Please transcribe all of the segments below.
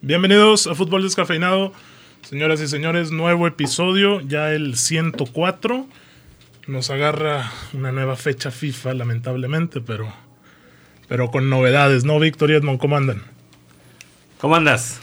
Bienvenidos a Fútbol Descafeinado. Señoras y señores, nuevo episodio, ya el 104. Nos agarra una nueva fecha FIFA, lamentablemente, pero, pero con novedades, ¿no, Víctor y Edmond? ¿Cómo andan? ¿Cómo andas?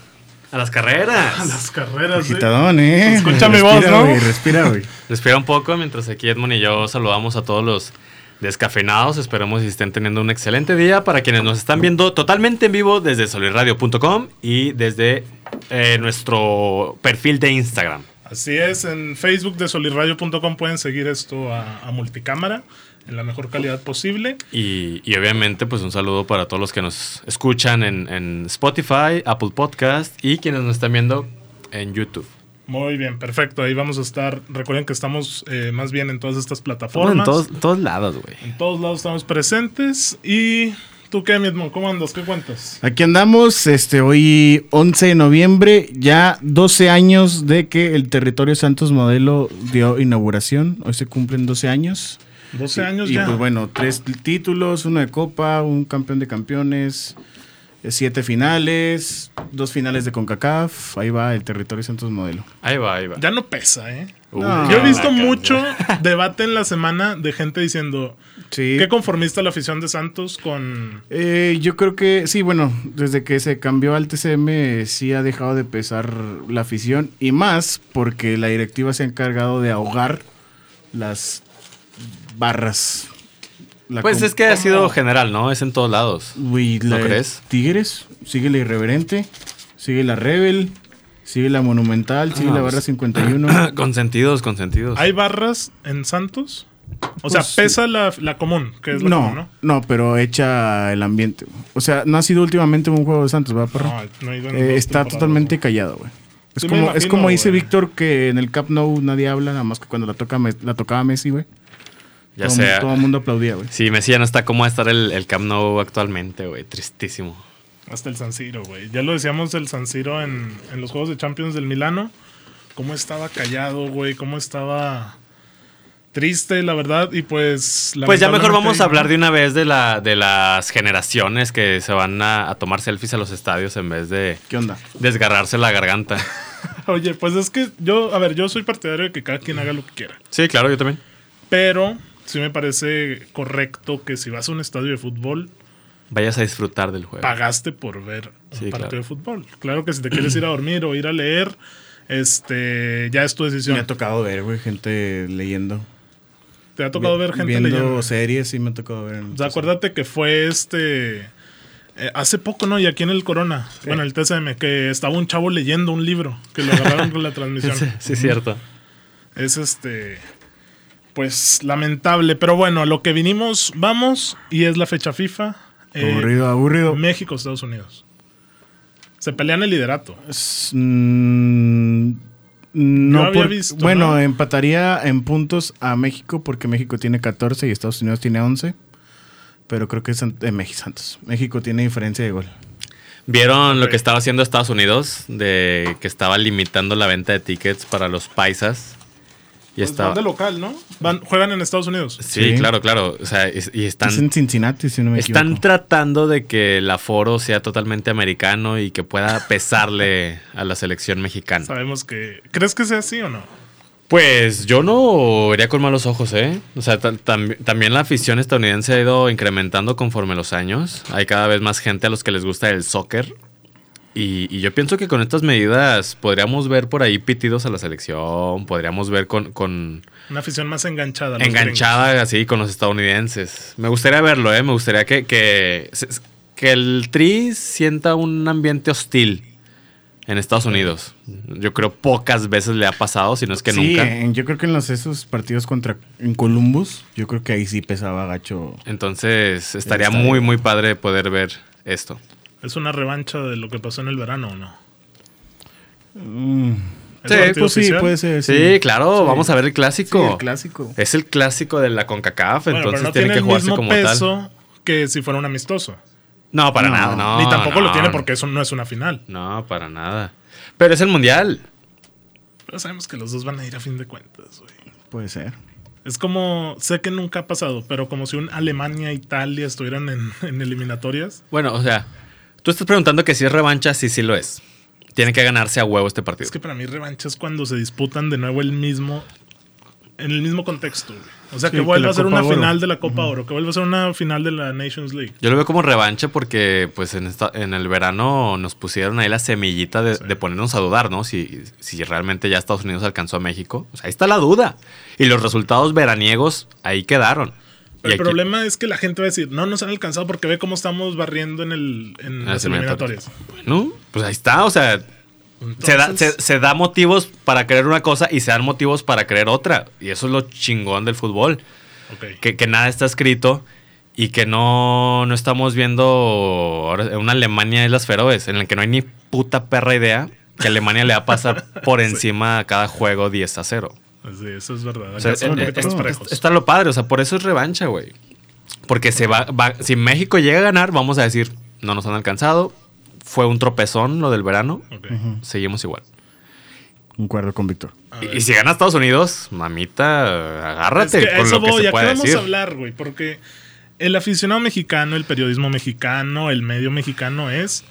A las carreras. Las carreras. ¿eh? Agitadón, eh. Escucha mi Respira, voz, ¿no? güey, respira, güey. Respira un poco mientras aquí Edmond y yo saludamos a todos los descafeinados. Esperamos que estén teniendo un excelente día para quienes nos están viendo totalmente en vivo desde solirradio.com y desde eh, nuestro perfil de Instagram. Así es, en Facebook de solirradio.com pueden seguir esto a, a multicámara en la mejor calidad posible. Y, y obviamente, pues un saludo para todos los que nos escuchan en, en Spotify, Apple Podcast y quienes nos están viendo en YouTube. Muy bien, perfecto. Ahí vamos a estar. Recuerden que estamos eh, más bien en todas estas plataformas. En todos, todos lados, güey. En todos lados estamos presentes. ¿Y tú qué, mi Edmond? ¿Cómo andas? ¿Qué cuentas? Aquí andamos, este, hoy 11 de noviembre, ya 12 años de que el territorio Santos Modelo dio inauguración. Hoy se cumplen 12 años. 12 años y, ya. Y pues bueno, tres títulos, uno de copa, un campeón de campeones, eh, siete finales, dos finales de CONCACAF. Ahí va el territorio Santos Modelo. Ahí va, ahí va. Ya no pesa, ¿eh? Uy, No. Yo he visto caracas, güey. mucho debate en la semana de gente diciendo Sí. qué conformista la afición de Santos con. Eh, yo creo que sí, bueno, desde que se cambió al TCM sí ha dejado de pesar la afición y más porque la directiva se ha encargado de ahogar las barras. La Pues com- es que ha sido general, ¿no? Es en todos lados. Uy, ¿No la de crees? Tigres, sigue la Irreverente, sigue la Rebel, sigue la Monumental, sigue Ah, la pues. Barra 51. consentidos, consentidos. ¿Hay barras en Santos? O sea, Pues, pesa la, la común, que es la no, común, no, pero echa el ambiente. O sea, no ha sido últimamente un juego de Santos, ¿verdad, perro? No, no he ido en Eh, dos está temporadas, totalmente güey. callado, güey. Es Sí me como, es imagino, como dice güey. Víctor que en el Cap Nou nadie habla, nada más que cuando la, toca, Me- la tocaba Messi, güey. ya todo, sea. todo el mundo aplaudía, güey. Sí, Messi ya no está como va a estar el, el Camp Nou actualmente, güey. Tristísimo. Hasta el San Siro, güey. Ya lo decíamos del San Siro en, en los Juegos de Champions del Milano. Cómo estaba callado, güey. Cómo estaba triste, la verdad. Y pues... Pues ya lamentablemente- mejor vamos a hablar de una vez de, la, de las generaciones que se van a, a tomar selfies a los estadios en vez de ¿Qué onda? desgarrarse la garganta. Oye, pues es que yo... A ver, yo soy partidario de que cada quien haga lo que quiera. Sí, claro, yo también. Pero sí me parece correcto que si vas a un estadio de fútbol, Vayas a disfrutar del juego. pagaste por ver un Sí, partido claro. de fútbol. Claro que si te quieres ir a dormir o ir a leer, este ya es tu decisión. Me ha tocado ver, güey, gente leyendo. te ha tocado ver gente Viendo leyendo. series, sí me ha tocado ver. O sea, acuérdate que fue este. eh, hace poco, ¿no? Y aquí en el Corona, bueno, el TCM, que estaba un chavo leyendo un libro que lo agarraron con la transmisión. Sí, sí, cierto. Es este. Pues lamentable, pero bueno, a lo que vinimos, vamos, y es la fecha FIFA. Eh, Aburrido, aburrido. México, Estados Unidos. Se pelean el liderato. Es- Pues, mm, no había por- visto, bueno, ¿no? empataría en puntos a México porque México tiene 14 y Estados Unidos tiene 11. Pero creo que es México Santos. México tiene diferencia de gol. ¿Vieron lo Ok. que estaba haciendo Estados Unidos? De que estaba limitando la venta de tickets para los paisas. Y Pues estaba. Van de local, ¿no? Van, juegan en Estados Unidos. Sí, Sí. claro, claro. O sea, y, y están, Es en Cincinnati, si no me están equivoco. tratando de que el aforo sea totalmente americano y que pueda pesarle a la selección mexicana. Sabemos que. ¿Crees que sea así o no? Pues yo no iría con malos ojos, ¿eh? O sea, tam- tam- también la afición estadounidense ha ido incrementando conforme los años. Hay cada vez más gente a los que les gusta el soccer. Y, y yo pienso que con estas medidas podríamos ver por ahí pitidos a la selección, podríamos ver con, con Una afición más enganchada. los enganchada así con los estadounidenses. Me gustaría verlo, ¿eh? Me gustaría que, que, se- que el Tri sienta un ambiente hostil en Estados Unidos. Yo creo pocas veces le ha pasado, si no es que Sí, nunca. en- yo creo que en los, esos partidos contra en Columbus, yo creo que ahí sí pesaba gacho. Entonces estaría estadio. muy, muy padre poder ver esto. gringos. Es una revancha de lo que pasó en el verano o no. ¿Es Mm, Sí, partido Pues sí, oficial? puede ser. Sí, claro, vamos a ver el Sí, clásico. el clásico. Es el clásico de la CONCACAF, Bueno, entonces pero no tiene tiene que el jugarse mismo como tal. peso que si fuera un amistoso. No, para No. nada, no. Ni tampoco lo no. tiene porque eso no es una final. No, para nada. Pero es el mundial. Pero sabemos que los dos van a ir a fin de cuentas, güey. Puede ser. Es como, sé que nunca ha pasado, pero como si un Alemania e Italia estuvieran en, en eliminatorias. Bueno, o sea, tú estás preguntando que si es revancha, sí, sí lo es. Tiene que ganarse a huevo este partido. Es que para mí revancha es cuando se disputan de nuevo el mismo, en el mismo contexto. güey. O sea, Sí, que que vuelva la a ser Copa una Oro. final de la Copa Oro, que vuelva a ser una final de la Nations League. Yo lo veo como revancha porque pues en, esta- en el verano nos pusieron ahí la semillita de, de ponernos a dudar, ¿no? Si, si realmente ya Estados Unidos alcanzó a México. O sea, ahí está la duda. Y los resultados veraniegos ahí quedaron. Y El aquí- problema es que la gente va a decir, no nos han alcanzado porque ve cómo estamos barriendo en, el, en Ah, las sí, eliminatorias. eliminatorias. Bueno, pues ahí está. O sea, se, da, Entonces- se- se da motivos para creer una cosa y se dan motivos para creer otra. Y eso es lo chingón del fútbol. Ok. que, que nada está escrito y que no, no estamos viendo ahora una Alemania de las Feroes, en la que no hay ni puta perra idea que Alemania le va a pasar por encima a cada juego 10 a 0. Sí, eso es verdad. O sea, Acá son un eh, poquito eh, más es- parejos. está lo padre, o sea, por eso es revancha, güey. Porque se va, va- si México llega a ganar, vamos a decir, no nos han alcanzado, fue un tropezón lo del verano, Ok. seguimos igual. Un cuadro con Víctor. A Y, ver. y si gana Estados Unidos, mamita, Es agárrate que a con eso lo que voy, se ¿a qué pueda vamos decir. a hablar, güey? Porque el aficionado mexicano, el periodismo mexicano, el medio mexicano es...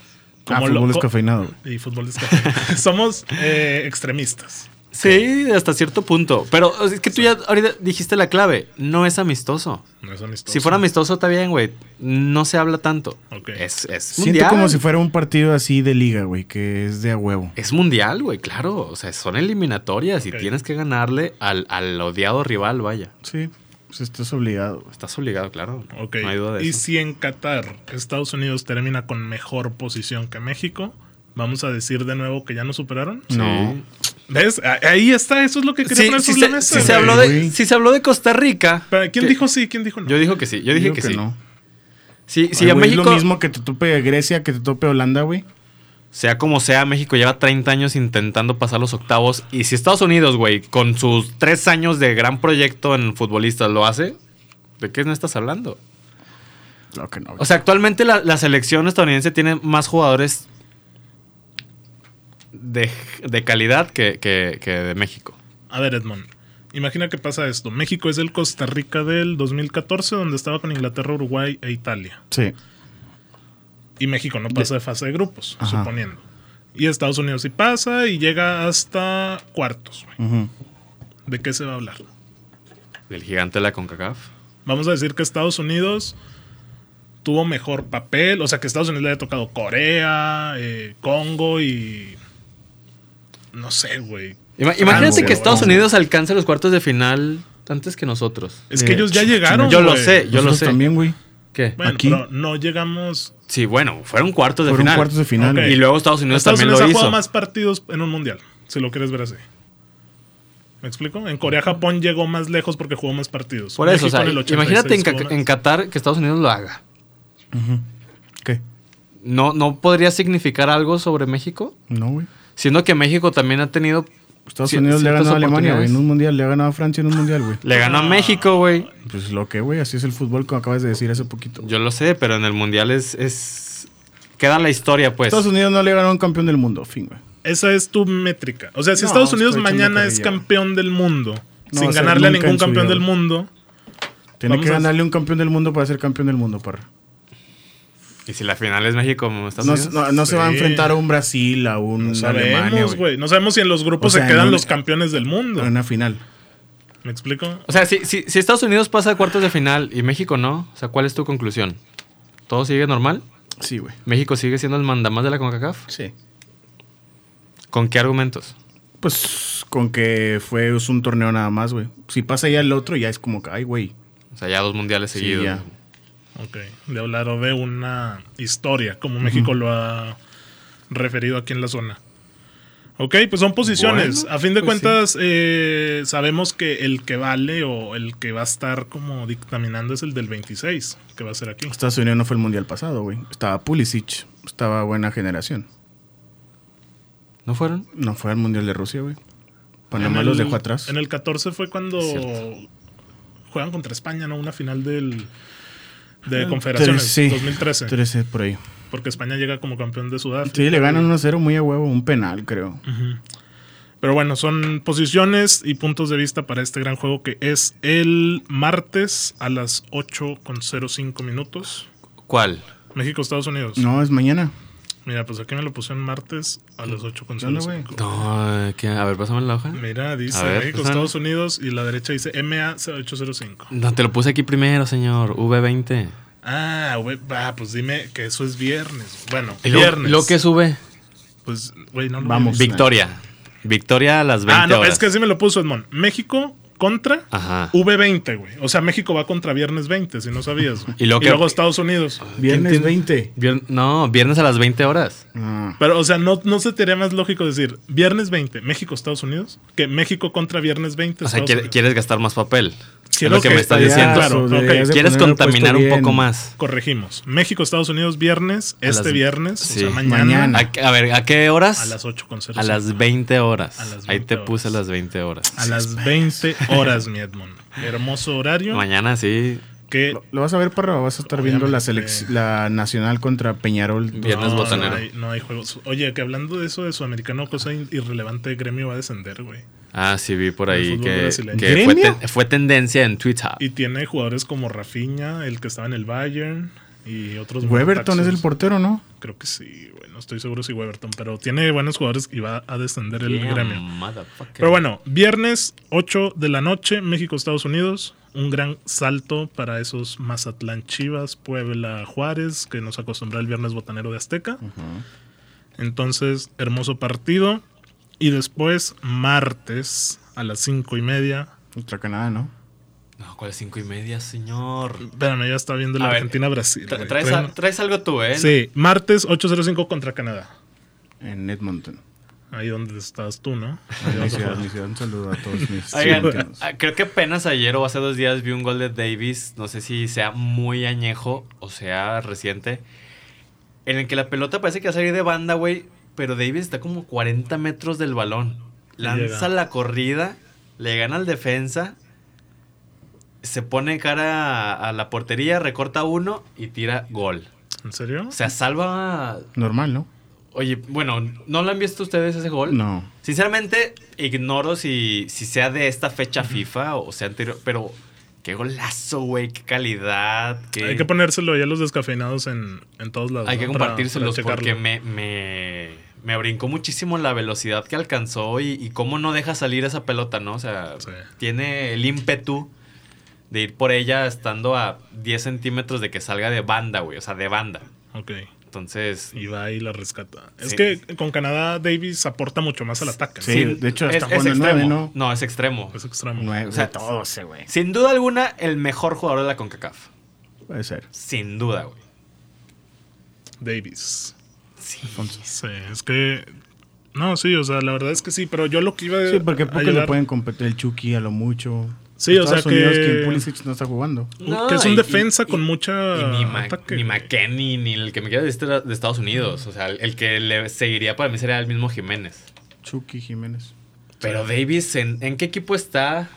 Ah, lo- fútbol descafeinado. güey. Y fútbol descafeinado. Somos eh, extremistas. Sí, hasta cierto punto. Pero o sea, es que tú ya ahorita dijiste la clave. No es amistoso. No es amistoso. Si fuera amistoso, está bien, güey. No se habla tanto. Ok. Es, es Siento mundial. como si fuera un partido así de liga, güey, que es de a huevo. Es mundial, güey, claro. O sea, son eliminatorias Ok. y tienes que ganarle al, al odiado rival, vaya. Sí, pues estás obligado. güey. Estás obligado, claro. Ok. No hay duda de y eso. si en Qatar Estados Unidos termina con mejor posición que México, vamos a decir de nuevo que ya nos superaron. No. ¿Ves? A- Ahí está, eso es lo que quería Sí, poner sí sobre la mesa, se, sí se güey. habló de, Güey. sí se habló de Costa Rica. Pero, ¿Quién Que- dijo sí? ¿Quién dijo no? Yo dijo que sí. Yo dije Digo que, que sí. no. Sí, sí, Ay, a güey, México. Es lo mismo que te tope Grecia, que te tope Holanda, güey. Sea como sea, México lleva 30 años intentando pasar los octavos. Y si Estados Unidos, güey, con sus tres años de gran proyecto en futbolistas lo hace, ¿de qué no estás hablando? Claro que no. güey. O sea, actualmente la, la selección estadounidense tiene más jugadores de, de calidad que, que- que de México. A ver, Edmond. Imagina que pasa esto. México es el Costa Rica del 2014, donde estaba con Inglaterra, Uruguay e Italia. sí. Y México no pasa de fase de grupos, Ajá. suponiendo. Y Estados Unidos sí pasa y llega hasta cuartos. güey. Ujú. ¿De qué se va a hablar? Del gigante de la CONCACAF. Vamos a decir que Estados Unidos tuvo mejor papel. O sea, que Estados Unidos le haya tocado Corea, eh, Congo y... No sé, güey. Ima- Franco, imagínate que güey. Estados Unidos alcance los cuartos de final antes que nosotros. Es que Eh, ellos ya llegaron. Yo lo güey. sé, yo lo Nosotros sé. también, güey. ¿Qué? Bueno, Aquí. pero no llegamos... Sí, bueno, fueron cuartos de Fueron final. cuartos de final. Ok. güey. Y luego Estados Unidos Estados también Unidos ha lo hizo. jugado más partidos en un mundial, si lo quieres ver así. ¿Me explico? En Corea, Japón llegó más lejos porque jugó más partidos. Por eso, México o sea, en el 86 imagínate en, jugó Ca- más. en Qatar que Estados Unidos lo haga. ¿Qué? ¿No, ¿No podría significar algo sobre México? No, güey. Siendo que México también ha tenido... Estados cier- Unidos le ha ciertas ganado a Alemania, güey. oportunidades. En un mundial le ha ganado a Francia en un mundial, güey. Le ganó a México, güey. Pues lo que, güey, así es el fútbol como acabas de decir hace poquito. güey. Yo lo sé, pero en el Mundial es... es... Queda en la historia, pues. Estados Unidos no le ganó a un campeón del mundo, fin, güey. Esa es tu métrica. O sea, si No, Estados Unidos estoy echando mañana es carrilla, güey. campeón del mundo, No va sin a ser ganarle a nunca ningún en su campeón vida, del güey. mundo, Tiene Vamos que a- ganarle a un campeón del mundo para ser campeón del mundo, parra. Y si la final es México, Estados No, Unidos... no- no se va a Sí. enfrentar a un Brasil, a un no Alemania, sabemos, güey. güey. No sabemos si en los grupos O sea, se quedan en un- los campeones del mundo. En una final. ¿Me explico? O sea, si, si, si Estados Unidos pasa a cuartos de final y México no, o sea, ¿cuál es tu conclusión? ¿Todo sigue normal? Sí, güey. ¿México sigue siendo el mandamás de la CONCACAF? Sí. ¿Con qué argumentos? Pues con que fue es un torneo nada más, güey. Si pasa ya el otro, ya es como que, ay, güey. O sea, ya dos mundiales Sí, seguidos. ya. Ok. De hablar de una historia, como México lo ha referido aquí en la zona. Ok, pues son posiciones. Bueno, a fin de pues sí. cuentas, eh, sabemos que el que vale o el que va a estar como dictaminando es el del 26, que va a ser aquí. Estados Unidos no fue el mundial pasado, güey. Estaba Pulisic. Estaba buena generación. ¿No fueron? No fue al Mundial de Rusia, güey. Panamá los dejó atrás. En el 14 fue cuando Cierto. juegan contra España, ¿no? Una final del de confederaciones, Ah, Sí, 2013. 13 por ahí. Porque España llega como campeón de Sudáfrica. Sí, le ganan 1-0 muy a huevo, un penal, creo. Pero bueno, son posiciones y puntos de vista para este gran juego que es el martes a las 8.05 minutos. ¿Cuál? México, Estados Unidos. No, es mañana. Mira, pues aquí me lo pusieron martes a las 8.05. ¿Dónde, güey? No, ¿qué? a ver, pásame la hoja. Mira, dice A ver, México, pásame. Estados Unidos y la derecha dice MA0805. No, te lo puse aquí primero, señor. V20. Ah, güey, va, pues dime que eso es viernes. Bueno, ¿Y lo, viernes. lo que sube? Pues, güey, no lo Vamos. vi. Victoria. Victoria a las 20 Ah, no, horas. es que así me lo puso Edmond. México contra Ajá. V20, güey. O sea, México va contra viernes 20, si no sabías. güey. Y lo que- luego Estados Unidos. Viernes 20. Vier- No, viernes a las 20 horas. Ah, Pero, o sea, no, no se te haría más lógico decir viernes 20, México, Estados Unidos, que México contra viernes 20. O sea, Estados quiere- Unidos. quieres gastar más papel. Quiero es lo que, que me estás estaría- diciendo. Claro, ok. Ah, pues, deberías de Quieres ponerlo puesto contaminar un bien. poco más. Corregimos. México, Estados Unidos, viernes, este las- viernes, sí. o sea, mañana, Mañana. ¿A, qué- a ver, ¿a qué horas? a las 8 con A las 20 horas. A las Ahí 20 te puse horas. ¿Ah, las 20 horas. A las 20 horas, mi Edmond. Hermoso horario. Mañana sí, Que ¿Lo, lo vas a ver, Parra, o vas a estar viendo la, Obviamente. selec- la nacional contra Peñarol? Bien. Viernes no, botanero. No hay, no hay juegos. Oye, que hablando de eso de Sudamericano, cosa in- irrelevante, gremio va a descender, güey. Ah, sí, vi por El ahí fútbol que, brasileño. que fue, ¿Gremio? ten- fue tendencia en Twitter. Y tiene jugadores como Rafinha, el que estaba en el Bayern, y otros. Weberton es el monotaxis. portero, ¿no? Creo que sí, güey. No estoy seguro si Weberton, pero tiene buenos jugadores y va a descender el Yeah, gremio. motherfucker. Pero bueno, viernes 8 de la noche, México, Estados Unidos. Un gran salto para esos Mazatlán Chivas, Puebla Juárez, que nos acostumbra el viernes botanero de Azteca. Mm. Entonces, hermoso partido. Y después, martes a las 5 y media. Contra Canadá, ¿no? No, ¿cuál es cinco y media, señor? Espérame, ya está viendo A la ver, Argentina-Brasil. Tra- güey. Traes, Traen- a- traes algo tú, ¿eh? Sí, martes 8.05 contra Canadá. En Edmonton. Ahí donde estás tú, ¿no? Ahí Mi donde ciudad, juegas. mi ciudad. Un saludo a todos mis Oigan, ciudadanos. ah, creo que apenas ayer o hace dos días vi un gol de Davis, no sé si sea muy añejo o sea reciente, en el que la pelota parece que va a salir de banda, güey, pero Davis está como 40 metros del balón. Lanza Llega. la corrida, le gana al defensa, se pone cara a, a la portería, recorta uno y tira gol. ¿En serio? O sea, salva... Normal, ¿no? Oye, bueno, ¿no lo han visto ustedes ese gol? No. Sinceramente, ignoro si, si sea de esta fecha FIFA o sea anterior, pero qué golazo, güey, qué calidad. Qué... Hay que ponérselo ya a los descafeinados en, en todos lados. Hay que ¿no? Para- compartírselos para checarlo. porque me, me, me brincó muchísimo la velocidad que alcanzó y, y cómo no deja salir esa pelota, ¿no? O sea, Sí. tiene el ímpetu de ir por ella estando a 10 centímetros de que salga de banda, güey, o sea, de banda. Ok. Entonces, Y va y la rescata. Es Sí. que con Canadá Davis aporta mucho más al ataque. Sí, de hecho, está jugando en nueve, extremo. ¿no? No, es extremo. ¿no? Pues Es extremo. Nueve, O sea, de todo ese, güey. Sin duda alguna, el mejor jugador de la CONCACAF. Puede ser. Sin duda, güey. Davis. Sí. Sí, es que... No, sí, o sea, la verdad es que sí, pero yo lo que iba a Sí, porque a poco le llegar- pueden competir el Chucky a lo mucho. Sí, o Estados sea que- Unidos, quien Pulisic no está jugando. que es un defensa con mucha Y ni, Ma- ataque, ni güey. McKennie, ni el que me queda de, este- de Estados Unidos. O sea, el, el que le seguiría para mí sería el mismo Jiménez. Chucky Jiménez. Pero Davis, ¿en, en qué equipo está?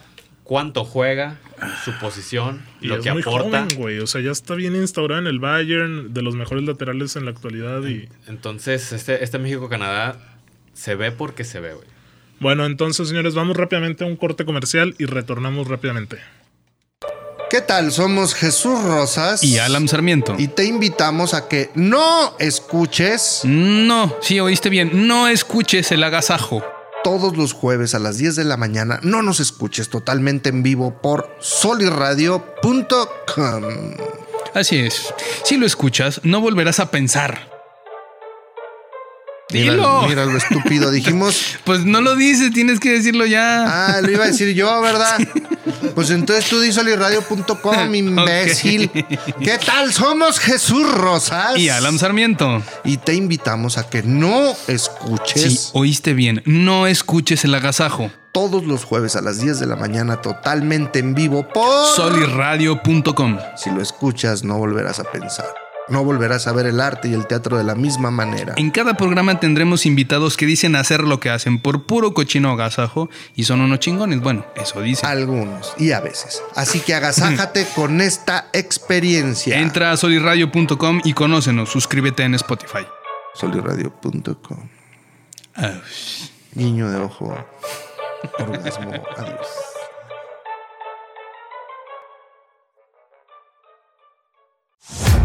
¿Cuánto juega? ¿Su posición? Y ¿Lo es que muy aporta? joven, güey. O sea, ya está bien instaurado en el Bayern, de los mejores laterales en la actualidad y... Entonces, este, este México-Canadá se ve porque se ve, güey. Bueno, entonces, señores, vamos rápidamente a un corte comercial y retornamos rápidamente. ¿Qué tal? Somos Jesús Rosas y Alan Sarmiento. y te invitamos a que no escuches No, sí, oíste bien. No escuches el agasajo. todos los jueves a las 10 de la mañana. No nos escuches totalmente en vivo por soliradio.com. Así es. Si lo escuchas, no volverás a pensar. Dilo. Mira, mira lo estúpido, dijimos. Pues no lo dices, tienes que decirlo ya. Ah, lo iba a decir yo, ¿verdad? Pues entonces tú di soliradio.com, imbécil. ¿Qué tal? Somos Jesús Rosas Y Alan Sarmiento. y te invitamos a que no escuches. Sí, oíste bien. No escuches el agasajo. todos los jueves a las 10 de la mañana totalmente en vivo por Solirradio.com. Si lo escuchas no volverás a pensar. No volverás a ver el arte y el teatro de la misma manera. En cada programa tendremos invitados que dicen hacer lo que hacen por puro cochino agasajo y son unos chingones. Bueno, eso dicen. Ah, Algunos y a veces. Así que agasájate con esta experiencia. Entra a solirradio.com y conócenos. Suscríbete en Spotify. Solirradio.com. Oh, Niño de ojo. Orgasmo. Adiós.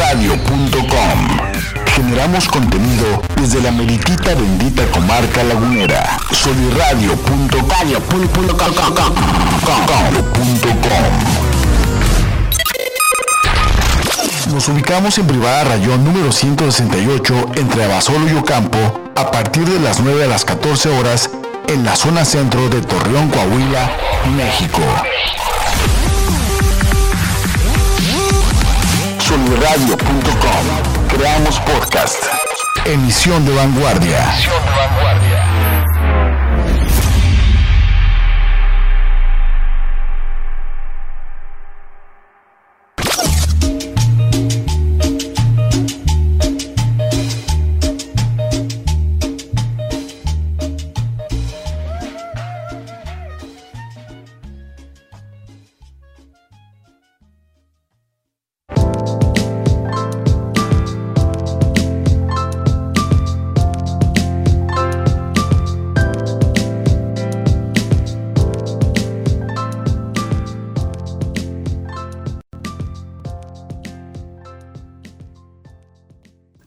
Soliradio.com Generamos contenido desde la meritita bendita comarca lagunera. Soliradio.com Nos ubicamos en Privada Rayón número 168 entre Abasolo y Ocampo a partir de las 9 a las 14 horas en la zona centro de Torreón, Coahuila, México. soliradio.com. Creamos podcast. Emisión de vanguardia.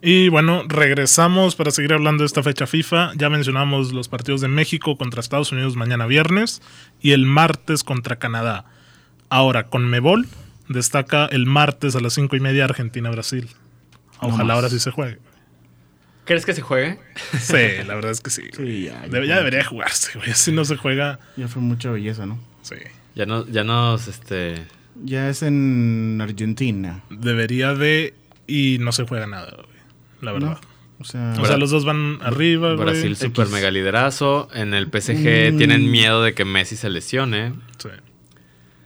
Y bueno, regresamos para seguir hablando de esta fecha FIFA. Ya mencionamos los partidos de México contra Estados Unidos mañana viernes y el martes contra Canadá. Ahora, con Mebol, destaca el martes a las cinco y media Argentina-Brasil. Ojalá ahora sí se juegue. ¿Crees que se juegue? Sí, la verdad es que sí. Sí, ya, ya. Debe- ya debería jugarse, güey. Si no se juega, Ya fue mucha belleza, ¿no? sí. Ya, no, ya nos, este... Ya es en Argentina. Debería de. Y no se juega nada, güey. La verdad. ¿no? O sea, O sea, los dos van arriba, güey. Brasil super mega liderazo. En el Mm. PSG tienen miedo de que Messi se lesione. Sí.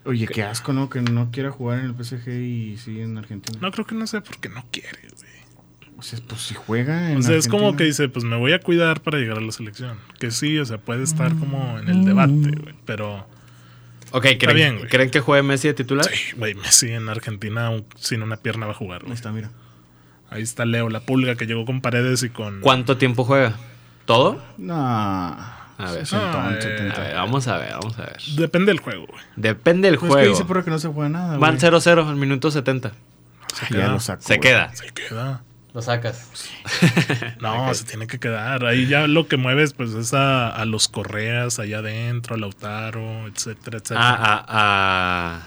oye, qué asco, ¿no? Que no quiera jugar en el PSG y sí en Argentina. No creo que no sea porque no quiere, güey. O sea, pues si juega en O sea, es como que Argentina. dice, pues me voy a cuidar para llegar a la selección. Que sí, o sea, puede estar como Mm. en el debate, güey. Pero, Ok, ¿creen, bien, güey. ¿creen que juegue Messi de titular? sí, güey, Messi en Argentina aún sin una pierna va a jugar, Ahí güey. está, mira. Ahí está Leo, la pulga que llegó con paredes y con... ¿Cuánto tiempo juega? ¿Todo? No. A ver. 60, eh, 70. A ver, vamos a ver, vamos a ver. Depende del juego, güey. Depende del Pues que dice juego. porra que no se juega nada. Van güey. 0-0 al minuto 70. Se Ya queda. lo sacó, Se güey. queda. Ah, Se queda. Lo sacas. No, se tiene que quedar. Ahí ya lo que mueves, pues es a, a los Correas allá adentro, a Lautaro, etcétera, etcétera. Ah, A, ah,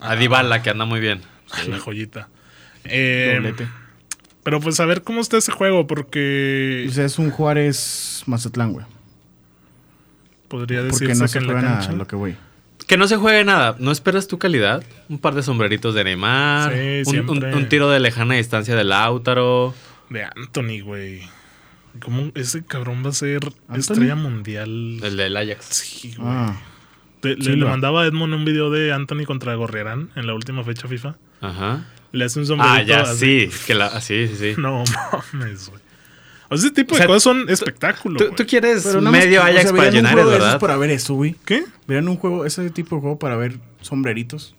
a, a, a Dybala, que anda muy bien. Pues, La joyita. Eh, Doblete. pero pues a ver cómo está ese juego, porque O sea, es un Juárez Mazatlán, güey. podría Porque decirse no que se en la juega nada cancha. a lo que voy. Que no se juegue nada. ¿No esperas tu calidad? Un par de sombreritos de Neymar. Sí, un, un- siempre. un tiro de lejana distancia de Lautaro. De Anthony, güey. ¿Cómo ese cabrón va a ser ¿Anthony? estrella mundial? El del Ajax. Sí, güey. Ah, Te- le, sí, le va. mandaba a Edmond un video de Anthony contra Gorriarán en la última fecha FIFA. Ajá. Le hace un Ah, sombrerito ya, así. sí. Que la, ah, sí, sí, sí. No mames, güey. O sea, ese tipo O de sea, cosas son espectáculo. ¿Tú, tú güey. quieres pero nada más medio que- o sea, Ajax para verían un llenar, juego de esos verdad? para ver eso, güey. ¿Qué? Verán un juego, ese tipo de juego para ver sombreritos.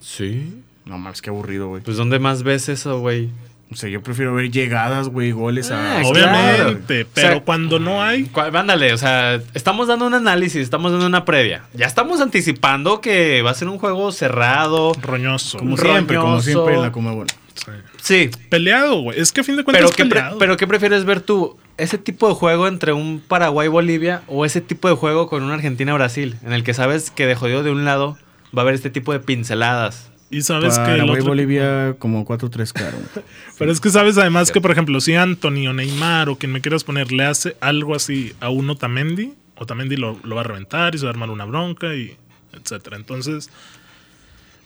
Sí. No mames, qué aburrido, güey. Pues, ¿dónde más ves eso, güey? O sea, yo prefiero ver llegadas, güey, goles a. Ah, Obviamente, claro. pero O sea, cuando no hay, Cu- Ándale, o sea, estamos dando un análisis, estamos dando una previa. Ya estamos anticipando que va a ser un juego cerrado. roñoso. Como güey. siempre, como roñoso. siempre en la Comebol. Sí. Sí, Peleado, güey. Es que a fin de cuentas pero es ¿qué, pre- peleado. pero ¿qué prefieres ver tú? ese tipo de juego entre un Paraguay-Bolivia o ese tipo de juego con un Argentina-Brasil, en el que sabes que de jodido de un lado va a haber este tipo de pinceladas. Y sabes que el Paraguay, otro- Bolivia, como 4-3, claro. Pero es que sabes además que, por ejemplo, si Anthony o Neymar o quien me quieras poner le hace algo así a un Otamendi, Otamendi lo, lo va a reventar y se va a armar una bronca y etcétera. Entonces,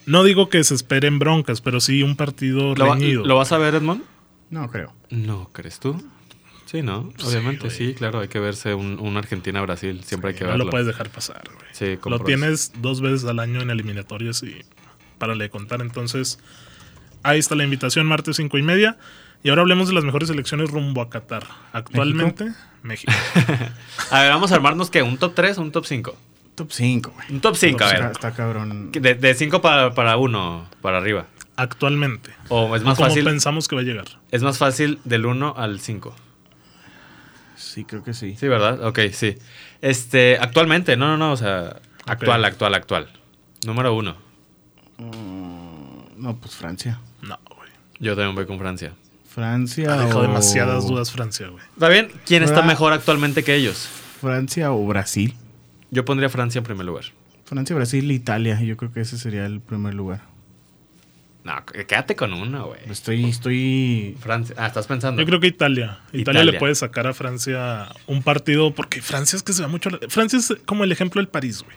no digo que se esperen broncas, pero sí un partido ¿Lo, va- reñido. ¿lo vas a ver, Edmond? No creo. No, ¿crees tú? Sí, ¿no? Obviamente, sí, claro, hay que verse un, un Argentina-Brasil, siempre hay que no verlo. lo puedes dejar pasar, güey. Sí, lo compros. tienes dos veces al año en eliminatorias y para le contar. Entonces, ahí está la invitación, martes cinco y media. Y ahora hablemos de las mejores selecciones rumbo a Qatar. Actualmente, México. A ver, vamos a armarnos que un top 3 o un top 5. Top 5, güey. Un top 5, a Está- ver. Está cabrón. Que De 5 para, para 1, para arriba. Actualmente. O es más como fácil, pensamos que va a llegar. es más fácil del 1 al 5. Sí, creo que sí. Sí, ¿verdad? Ok, sí. Este, actualmente, no, no, no, o sea, actual, actual, actual. Número 1. No, pues Francia. No, güey. Yo también voy con Francia. Francia. Ha Ah, dejado o- demasiadas dudas Francia, güey. ¿Está bien? ¿Quién está Fra- mejor actualmente que ellos? Francia o Brasil. Yo pondría Francia en primer lugar. Francia, Brasil, Italia. Yo creo que ese sería el primer lugar. No, qu- quédate con uno, güey. Estoy, estoy. Francia. Ah, estás pensando. Pues Yo creo que Italia. Italia. Italia. le puede sacar a Francia un partido porque Francia es que se va mucho. a la- Francia es como el ejemplo del París, güey.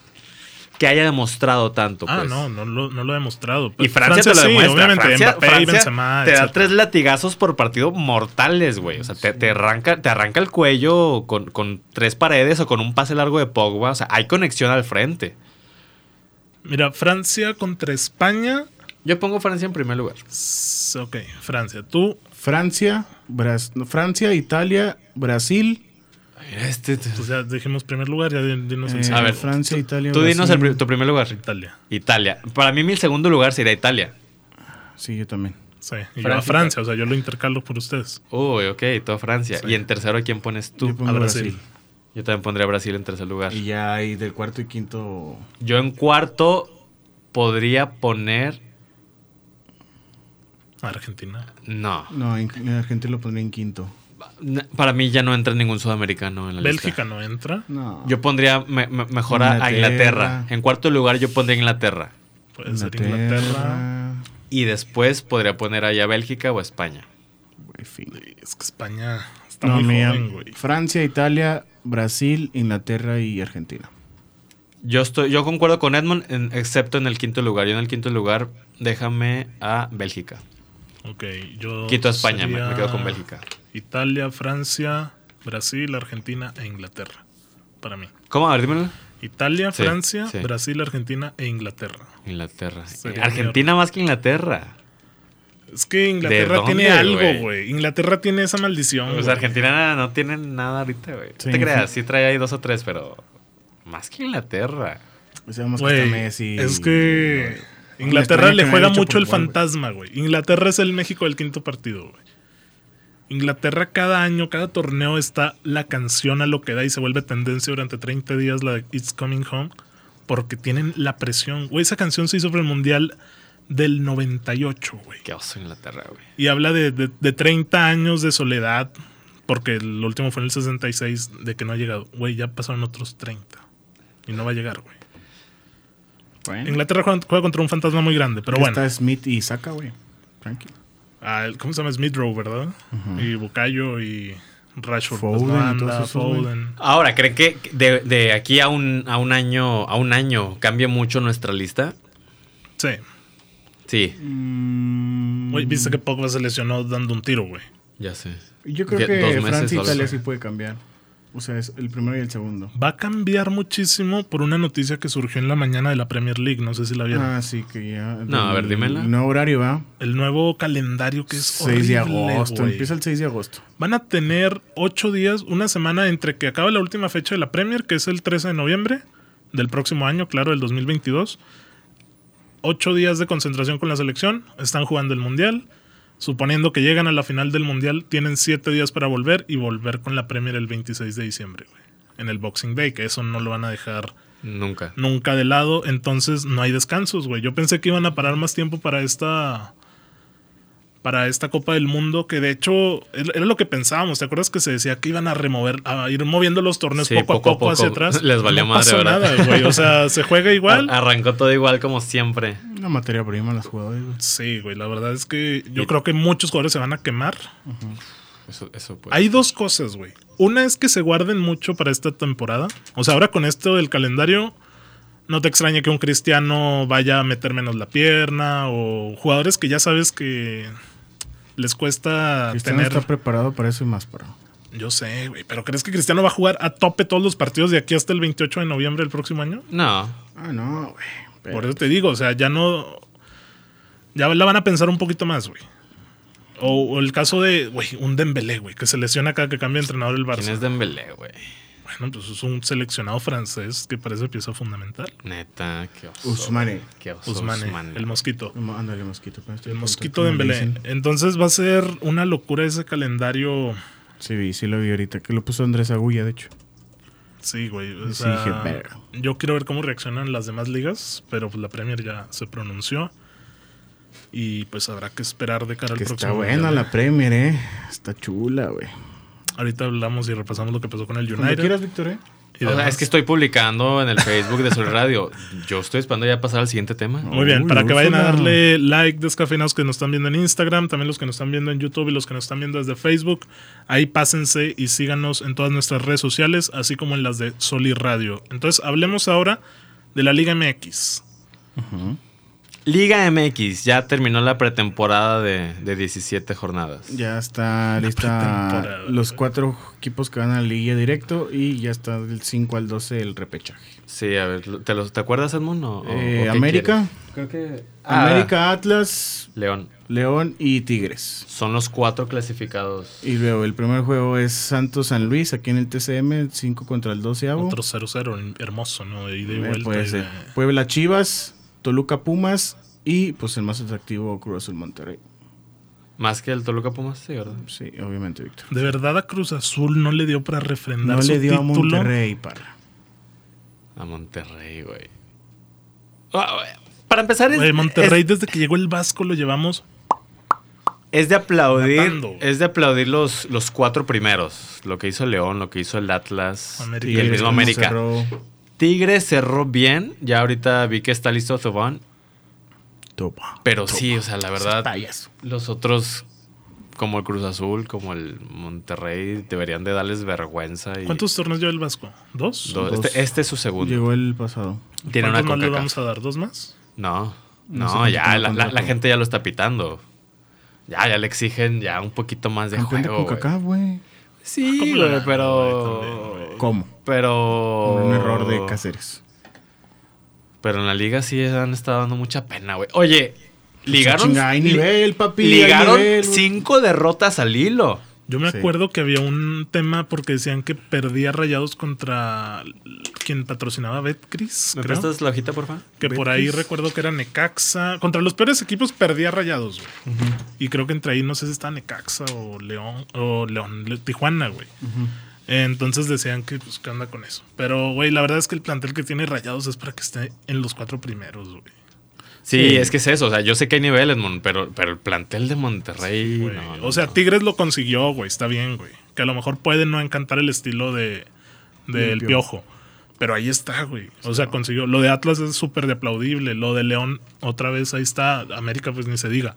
que haya demostrado tanto. Ah, pues. no, no lo, no lo he demostrado. pues. Y Francia, te lo sí, demuestra. obviamente. Francia, Mbappé y Francia Benzema. te da etcétera. tres latigazos por partido mortales, güey. O sea, te, te arranca, te arranca el cuello con, con tres paredes o con un pase largo de Pogba. O sea, hay conexión al frente. Mira, Francia contra España. Yo pongo Francia en primer lugar. S- Ok, Francia. Tú, Francia, Bras- no, Francia, Italia, Brasil. Este, pues ya dijimos primer lugar, ya di- dinos el eh, A ver, Francia, Italia. tú dinos el Brasil. pri- tu primer lugar. Italia. Italia. Para mí mi segundo lugar sería Italia. Sí, yo también. Sí, y yo a Francia, o sea, yo lo intercalo por ustedes. Uy, ok, toda Francia. Y en tercero, ¿a quién pones tú? Yo pongo a Brasil. Brasil. Yo también pondría a Brasil en tercer lugar. Y ya hay del cuarto y quinto. Yo en cuarto podría poner. Argentina. No. No, en, en Argentina lo pondría en quinto. N- Para mí ya no entra ningún sudamericano en la Bélgica lista. no entra. No. Yo pondría me- me- mejor a- a Inglaterra. Inglaterra. En cuarto lugar, yo pondría Inglaterra. Puede ser Inglaterra. Y después podría poner allá Bélgica o España. Güey, fin. Es que España está No, muy mira, joven, güey. Francia, Italia, Brasil, Inglaterra y Argentina. Yo estoy, yo concuerdo con Edmond, en- excepto en el quinto lugar. Yo en el quinto lugar, déjame a Bélgica. Ok, yo. Quito a España, me- me sería quedo con Bélgica. Italia, Francia, Brasil, Argentina e Inglaterra. Para mí. ¿Cómo? A ver, dímelo. Italia, Sí, Francia, sí. Brasil, Argentina e Inglaterra. Inglaterra. Eh, Sería Argentina más que Inglaterra. Es que Inglaterra dónde, tiene algo, güey? güey. Inglaterra tiene esa maldición. Pues güey. Argentina no tiene nada ahorita, güey. No Sí, te creas, sí. sí trae ahí dos o tres, pero más que Inglaterra. O sea, vamos Güey, que está Messi. es que No, Inglaterra extraña que le me juega haya dicho mucho el por gol, güey. fantasma, güey. Inglaterra es el México del quinto partido, güey. Inglaterra cada año, cada torneo está la canción a lo que da y se vuelve tendencia durante 30 días la de It's Coming Home porque tienen la presión. Güey, esa canción se hizo para el Mundial del 98, güey. Qué oso Inglaterra, güey. Y habla de, de- de 30 años de soledad porque el último fue en el 66 de que no ha llegado. Güey, ya pasaron otros 30 y no va a llegar, güey. Bueno, Inglaterra juega, juega contra un fantasma muy grande, pero ya bueno. Está Smith y Saka, güey. Tranquilo. Ah, el- ¿Cómo se llama? Smith Rowe, ¿verdad? Y Bucayo y Rashford. Foden y Foden, todos esos, güey. Foden. Ahora, ¿creen que de, de aquí a un, a un año, a un año, cambie mucho nuestra lista? Sí. Sí, Mm, Güey, Viste que Pogba se lesionó dando un tiro, güey. ya sé. Yo creo Ya- dos meses que Francia o e algo Italia así. sí puede cambiar. O sea, es el primero y el segundo. Va a cambiar muchísimo por una noticia que surgió en la mañana de la Premier League. No sé si la vieron. Ah, sí, que ya. No, a ver, dímela. No horario va. El nuevo calendario que es 6 de horrible, agosto. güey. Empieza el 6 de agosto. Van a tener ocho días, una semana entre que acaba la última fecha de la Premier, que es el 13 de noviembre del próximo año, claro, del 2022, ocho días de concentración con la selección, están jugando el Mundial. Suponiendo que llegan a la final del Mundial, tienen siete días para volver y volver con la Premier el 26 de diciembre, güey, En el Boxing Day, que eso no lo van a dejar Nunca. nunca de lado, entonces no hay descansos, güey. Yo pensé que iban a parar más tiempo para esta para esta Copa del Mundo, que de hecho era era lo que pensábamos, ¿te acuerdas que se decía que iban a remover a ir moviendo los torneos Sí, poco, poco a a poco, hacia poco. atrás? Les valió no madre, pasó ¿verdad? Ah, nada, güey. O sea, se juega igual. Ar- arrancó todo igual como siempre. Una materia prima los jugadores, güey. Sí, güey, la verdad es que yo creo que muchos jugadores se van a quemar. Eso, eso pues. Hay dos cosas, güey. Una es que se guarden mucho para esta temporada. O sea, ahora con esto del calendario, no te extraña que un cristiano vaya a meter menos la pierna o jugadores que ya sabes que les cuesta Cristiano tener. está preparado para eso y más para. Yo sé, güey, pero ¿crees que Cristiano va a jugar a tope todos los partidos de aquí hasta el 28 de noviembre del próximo año? No. Ah, no, güey. Pero- Por eso te digo, o sea, ya no. Ya la van a pensar un poquito más, güey. O, o el caso de, güey, un Dembélé, güey, que se lesiona cada que cambia de entrenador el Barça. ¿Quién es Dembélé, güey? Bueno, pues es un seleccionado francés que parece pieza fundamental. Neta, qué oso. Usmane. güey. Qué oso. Usmane, Usmane. el mosquito. No, Ándale, mosquito. con este El contrato, mosquito como de le Embelé. dicen. Entonces va a ser una locura ese calendario. Sí, vi, sí lo vi ahorita. Que lo puso Andrés Agulla, de hecho. Sí, güey. o Sí, sea, dije, "Verga". yo quiero ver cómo reaccionan las demás ligas, pero pues la Premier ya se pronunció. Y pues habrá que esperar de cara al Que próximo. está buena mundial. ¿eh? la Premier, eh. Está chula, güey. Ahorita hablamos y repasamos lo que pasó con el Cuando United. quieras, Víctor, eh. y O sea, demás. es que estoy publicando en el Facebook de Sol Radio. Yo estoy esperando ya pasar al siguiente tema. Muy bien, Uy, para que vayan a Úrsula. darle like descafeinados que nos están viendo en Instagram, también los que nos están viendo en YouTube y los que nos están viendo desde Facebook, ahí pásense y síganos en todas nuestras redes sociales, así como en las de Soli Radio. Entonces, hablemos ahora de la Liga MX. Liga MX. Ya terminó la pretemporada de, de 17 jornadas. Ya está lista pretemporada, los güey. cuatro equipos que van a la liguilla directo y ya está del 5 al 12 el repechaje. Sí, a ver, ¿te, los- ¿te acuerdas, Edmund? Oh, o- o- Eh, o qué América, quieres? Ah. Creo que. América, Atlas, León. León y Tigres. Son los cuatro clasificados. Y luego el primer juego es Santos San Luis aquí en el TCM, 5 contra el 12 avo. Otro 0-0 hermoso, ¿no? De ida y vuelta. Eh, puede y ser. de- Puebla Chivas, Toluca Pumas y pues el más atractivo Cruz Azul Monterrey. Más que el Toluca Pumas, sí, ¿verdad? Sí, obviamente, Víctor. De verdad a Cruz Azul no le dio para refrendar No su le dio a título. Monterrey, para. A Monterrey, güey. Ah, Para empezar, es, Güey, Monterrey es- desde que llegó el Vasco lo llevamos. es de aplaudir. Matando, güey. Es de aplaudir los, los cuatro primeros. Lo que hizo León, lo que hizo el Atlas América. y el mismo cómo América. cerró Tigres cerró bien. Ya ahorita vi que está listo Zobán. Topa. Pero sí, o sea, la verdad, Tallas. los otros, como el Cruz Azul, como el Monterrey, deberían de darles vergüenza. y- ¿Cuántos torneos lleva el Vasco? ¿Dos? do- dos? Este, este es su segundo. Llegó el pasado. Tiene una ¿Cuántos más le Concacaf. vamos a dar? ¿Dos más? No, No no, sé cuánto ya tenga la, la- contrato. la gente ya lo está pitando. Ya, ya le exigen ya un poquito más de Campeón de juego. güey. Concacaf, güey. Sí, ¿Cómo la güey, gana, pero güey, también, güey? ¿Cómo? pero Por un error de Cáceres. Pero en la liga sí han estado dando mucha pena, güey. Oye, ligaron Pues, Chinga, hay li- nivel, papi. hay ligaron nivel, güey. cinco derrotas al hilo. Yo me Sí. acuerdo que había un tema porque decían que perdía rayados contra quien patrocinaba a Betcris, ¿Me creo. prestas la hojita, por favor? Que por ahí recuerdo que era Necaxa. Contra los peores equipos perdía rayados, güey. Y creo que entre ahí no sé si está Necaxa o León, o León, Le- Tijuana, güey. Entonces decían que, pues, ¿qué onda con eso? Pero, güey, la verdad es que el plantel que tiene rayados es para que esté en los cuatro primeros, güey. Sí, es que es eso. O sea, yo sé que hay niveles, mon, pero, pero el plantel de Monterrey. güey. no, no, o sea, no. Tigres lo consiguió, güey. Está bien, güey. Que a lo mejor puede no encantar el estilo de del piojo. Pero ahí está, güey. O sea, consiguió. Lo de Atlas es súper de aplaudible. Lo de León, otra vez, ahí está. América, pues ni se diga.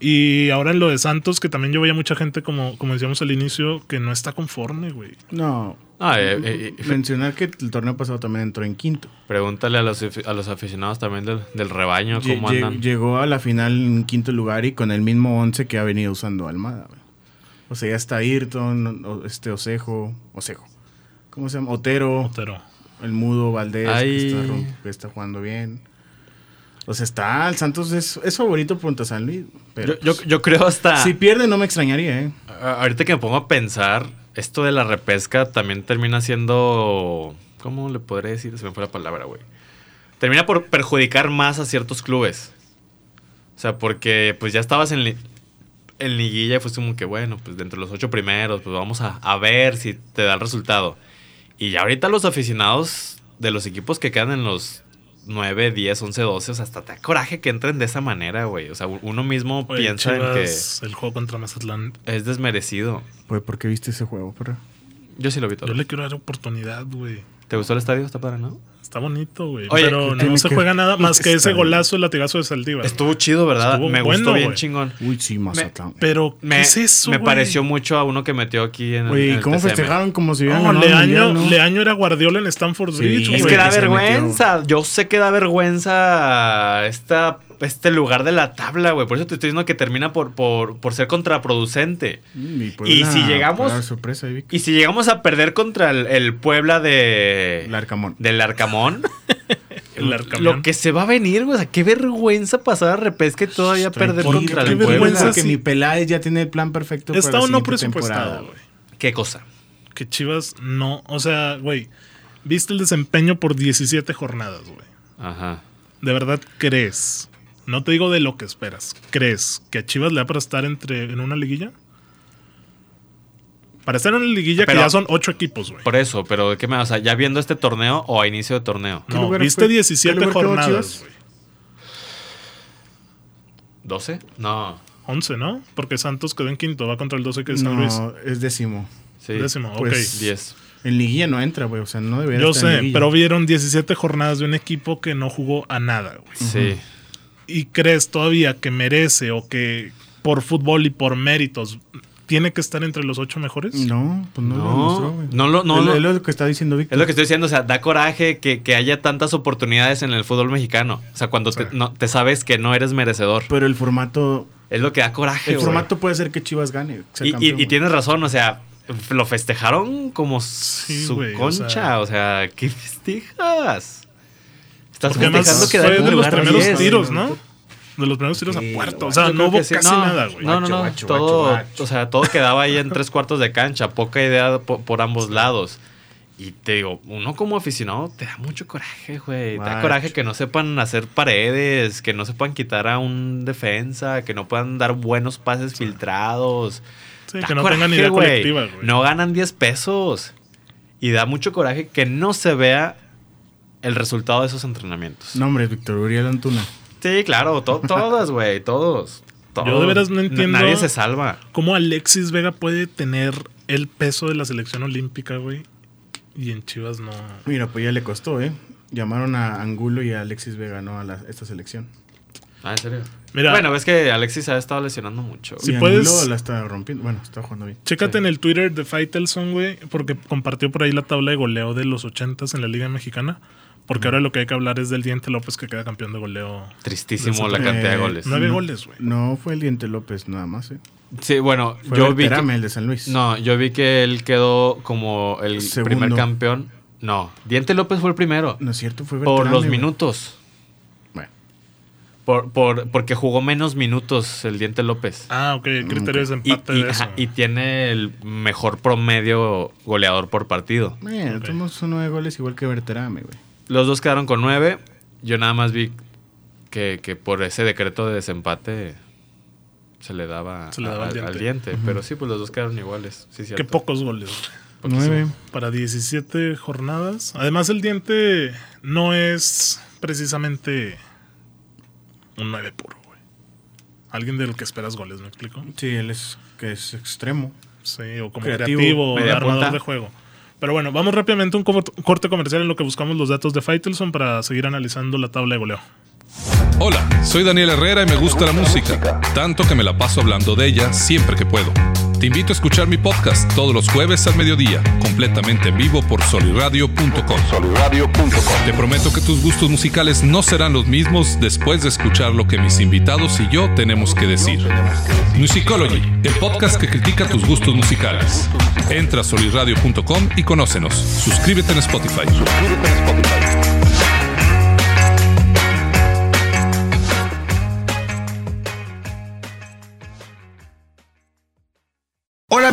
Y ahora en lo de Santos, que también yo veía mucha gente, como, como decíamos al inicio, que no está conforme, güey. No. Ah, eh, eh, eh, Mencionar que el torneo pasado también entró en quinto. Pregúntale a los, afi- a los aficionados también del, del rebaño Lle- cómo lle- andan. Llegó a la final en quinto lugar y con el mismo once que ha venido usando Almada. güey. O sea, ya está Ayrton, o- este Osejo, Osejo. ¿Cómo se llama? Otero, Pero el mudo Valdés, que Ay. está, rom- que está jugando bien. O sea, está, el Santos es, es favorito contra San Luis. Pero yo, ah. yo- pues, yo creo hasta. si pierde no me extrañaría, ¿eh? a- Ahorita que me pongo a pensar, esto de la repesca también termina siendo. ¿Cómo le podré decir? Se me fue la palabra, güey. termina por perjudicar más a ciertos clubes. O sea, porque pues ya estabas en, li- en liguilla y fue como que, bueno, pues dentro de los ocho primeros, pues vamos a, a ver si te da el resultado. Y ya ahorita los aficionados de los equipos que quedan en los 9, 10, 11, 12, o sea, hasta te da coraje que entren de esa manera, güey. O sea, u- uno mismo Oye, piensa Chivas, El juego contra Mazatlán. en que es desmerecido. Güey, ¿por qué viste ese juego, perro? Yo sí lo vi todo. Yo le quiero dar oportunidad, güey. ¿Te gustó el estadio? Está padre, ¿no? Está bonito, güey. Oye, Pero no tiene se que- juega nada más que ese Está- golazo, el latigazo de Saldívar. Estuvo chido, ¿verdad? Estuvo me bueno, gustó bien güey. chingón. Uy, sí, Mazatlán. Pero, ¿qué Me, es eso, me güey? pareció mucho a uno que metió aquí en el- en el. Güey, ¿cómo TCM. festejaron como si hubieran No, ganado el Leaño, mundial, no? Leaño era Guardiola en Stanford Sí, Bridge, güey. Es que da que se vergüenza. Yo sé que da vergüenza esta, este lugar de la tabla, güey. Por eso te estoy diciendo que termina por, por, por ser contraproducente. Mm, por Y una- si llegamos- por una sorpresa, ahí vi que- Y si llegamos a perder contra el, el Puebla de. El Arcamón. Del Arcamón. El Arcamón. Lo que se va a venir, güey. O sea, qué vergüenza pasar a repesca y todavía Estoy perder por- contra qué el vergüenza Puebla. Porque sí. mi Peláez ya tiene el plan perfecto para Está la o no siguiente presupuestado, temporada, güey. ¿Qué cosa? Que Chivas no. O sea, güey. Viste el desempeño por 17 jornadas, güey. Ajá. ¿De verdad crees? No te digo de lo que esperas. ¿Crees que a Chivas le da para estar entre, en una liguilla? Para estar en una liguilla Pero- que ya son ocho equipos, güey. Por eso, pero ¿qué me O sea, ya viendo este torneo o a inicio de torneo. ¿Qué No, lugar viste fue? ¿Qué 17 lugar quedó jornadas, Chivas? güey. ¿12? No. 11, ¿no? Porque Santos quedó en quinto, va contra el 12 que es San Luis. No, es décimo. Sí. Décimo, Pues, ok. 10. En liguilla no entra, güey. O sea, no debería Yo estar en sé, liguilla. pero vieron 17 jornadas de un equipo que no jugó a nada, güey. Sí. y crees todavía que merece o que por fútbol y por méritos tiene que estar entre los ocho mejores? No, pues no, lo No, demostró, güey. no lo- no Es- lo- Es lo que está diciendo Es Víctor. lo que estoy diciendo, o sea, da coraje que, que haya tantas oportunidades en el fútbol mexicano. O sea, cuando te, no- te sabes que no eres merecedor. Pero el formato. Es lo que da coraje. Pues, El güey. formato puede ser que Chivas gane. sea Y, y- campeón, y güey. tienes razón, o sea, lo festejaron como su güey, o concha. O sea- sea, ¿qué festejas? Estás Porque festejando además que fue da de en los lugar primeros 10. tiros, ¿no? De los primeros tiros a puerta. O sea, Yo no creo que hubo sí. casi No, nada, güey. No, no, no. Guacho, guacho, todo, guacho. O sea, todo quedaba ahí en tres cuartos de cancha. Poca idea po- por, ambos lados. Y te digo, uno como aficionado te da mucho coraje, güey. Te da Guacho. coraje que no sepan hacer paredes, que no sepan quitar a un defensa, que no puedan dar buenos pases filtrados. Sí, Da que no coraje, tengan idea güey. colectiva, güey. No ganan 10 pesos. Y da mucho coraje que no se vea el resultado de esos entrenamientos. No, hombre, Víctor Uriel Antuna. Sí, claro, to- todas, güey, todos, todos. Yo de veras no Na- entiendo- Nadie se salva. ¿Cómo Alexis Vega puede tener el peso de la selección olímpica, güey? Y en Chivas no. Mira, pues ya le costó, ¿eh? Llamaron a Angulo y a Alexis Vega, ¿no? A la- esta selección. Ah, en serio. Mira. Bueno, ves que Alexis ha estado lesionando mucho. Sí. Si y puedes- Angulo la está rompiendo. Bueno, está jugando bien. Chécate en el Twitter de Faitelson, güey, porque compartió por ahí la tabla de goleo de los 80s en la Liga Mexicana. Porque ahora lo que hay que hablar es del Diente López que queda campeón de goleo. Tristísimo la cantidad de goles. nueve no, goles, güey. No fue el Diente López nada más, ¿eh? Sí, bueno, Fue yo el vi Terame, que, el de San Luis. No, yo vi que él quedó como el Segundo. primer campeón. No, Diente López fue el primero. No es cierto, fue por Berterame, los güey. minutos. Bueno. Por, por, porque jugó menos minutos el Diente López. Ah, ok, el criterio es y, empate y- de eso. ajá, y tiene el mejor promedio goleador por partido. Bueno, tomamos nueve goles igual que Berterame, güey. Los dos quedaron con nueve. Yo nada más vi que, que por ese decreto de desempate se le daba, Se le daba a- al al diente. diente. Pero sí, pues los dos quedaron iguales. Sí, Qué cierto. pocos goles, güey. Nueve. Para 17 jornadas. Además, el diente no es precisamente un 9 puro, güey. Alguien de lo que esperas goles, ¿me explico? Sí, él es que es extremo. Sí, o como Creativo, creativo, o media armador punta. de juego. Pero bueno, vamos rápidamente a un co- corte comercial en lo que buscamos los datos de Faitelson para seguir analizando la tabla de goleo. Hola, soy Daniel Herrera y me gusta la música, tanto que me la paso hablando de ella siempre que puedo. Te invito a escuchar mi podcast todos los jueves al mediodía, completamente en vivo por soliradio.com. Te prometo que tus gustos musicales no serán los mismos después de escuchar lo que mis invitados y yo tenemos que decir. Musicology, el podcast que critica tus gustos musicales. Entra a soliradio.com y conócenos. Suscríbete en Spotify. Hola Hola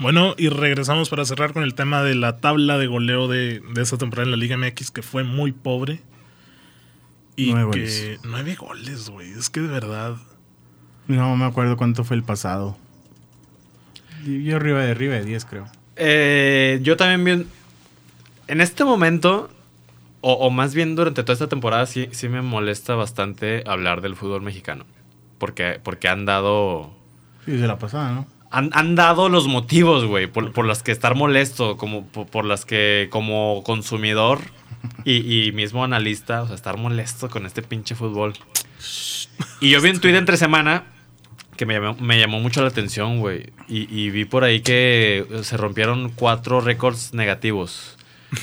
Bueno, y regresamos para cerrar con el tema de la tabla de goleo de, de esta temporada en la Liga MX, que fue muy pobre. Y Nueve que. goles. Nueve goles, güey. Es que de verdad. No me acuerdo cuánto fue el pasado. Yo arriba de arriba de 10, creo. Eh, yo también bien. En este momento, o, o más bien durante toda esta temporada, sí, sí me molesta bastante hablar del fútbol mexicano. Porque, porque han dado. Sí, de la pasada, ¿no? Han, han dado los motivos, güey, por, por las que estar molesto, como, por, por las que como consumidor y, y mismo analista, o sea, estar molesto con este pinche fútbol. Y yo vi un tweet entre semana que me llamó, me llamó mucho la atención, güey. Y, y vi por ahí que se rompieron cuatro récords negativos.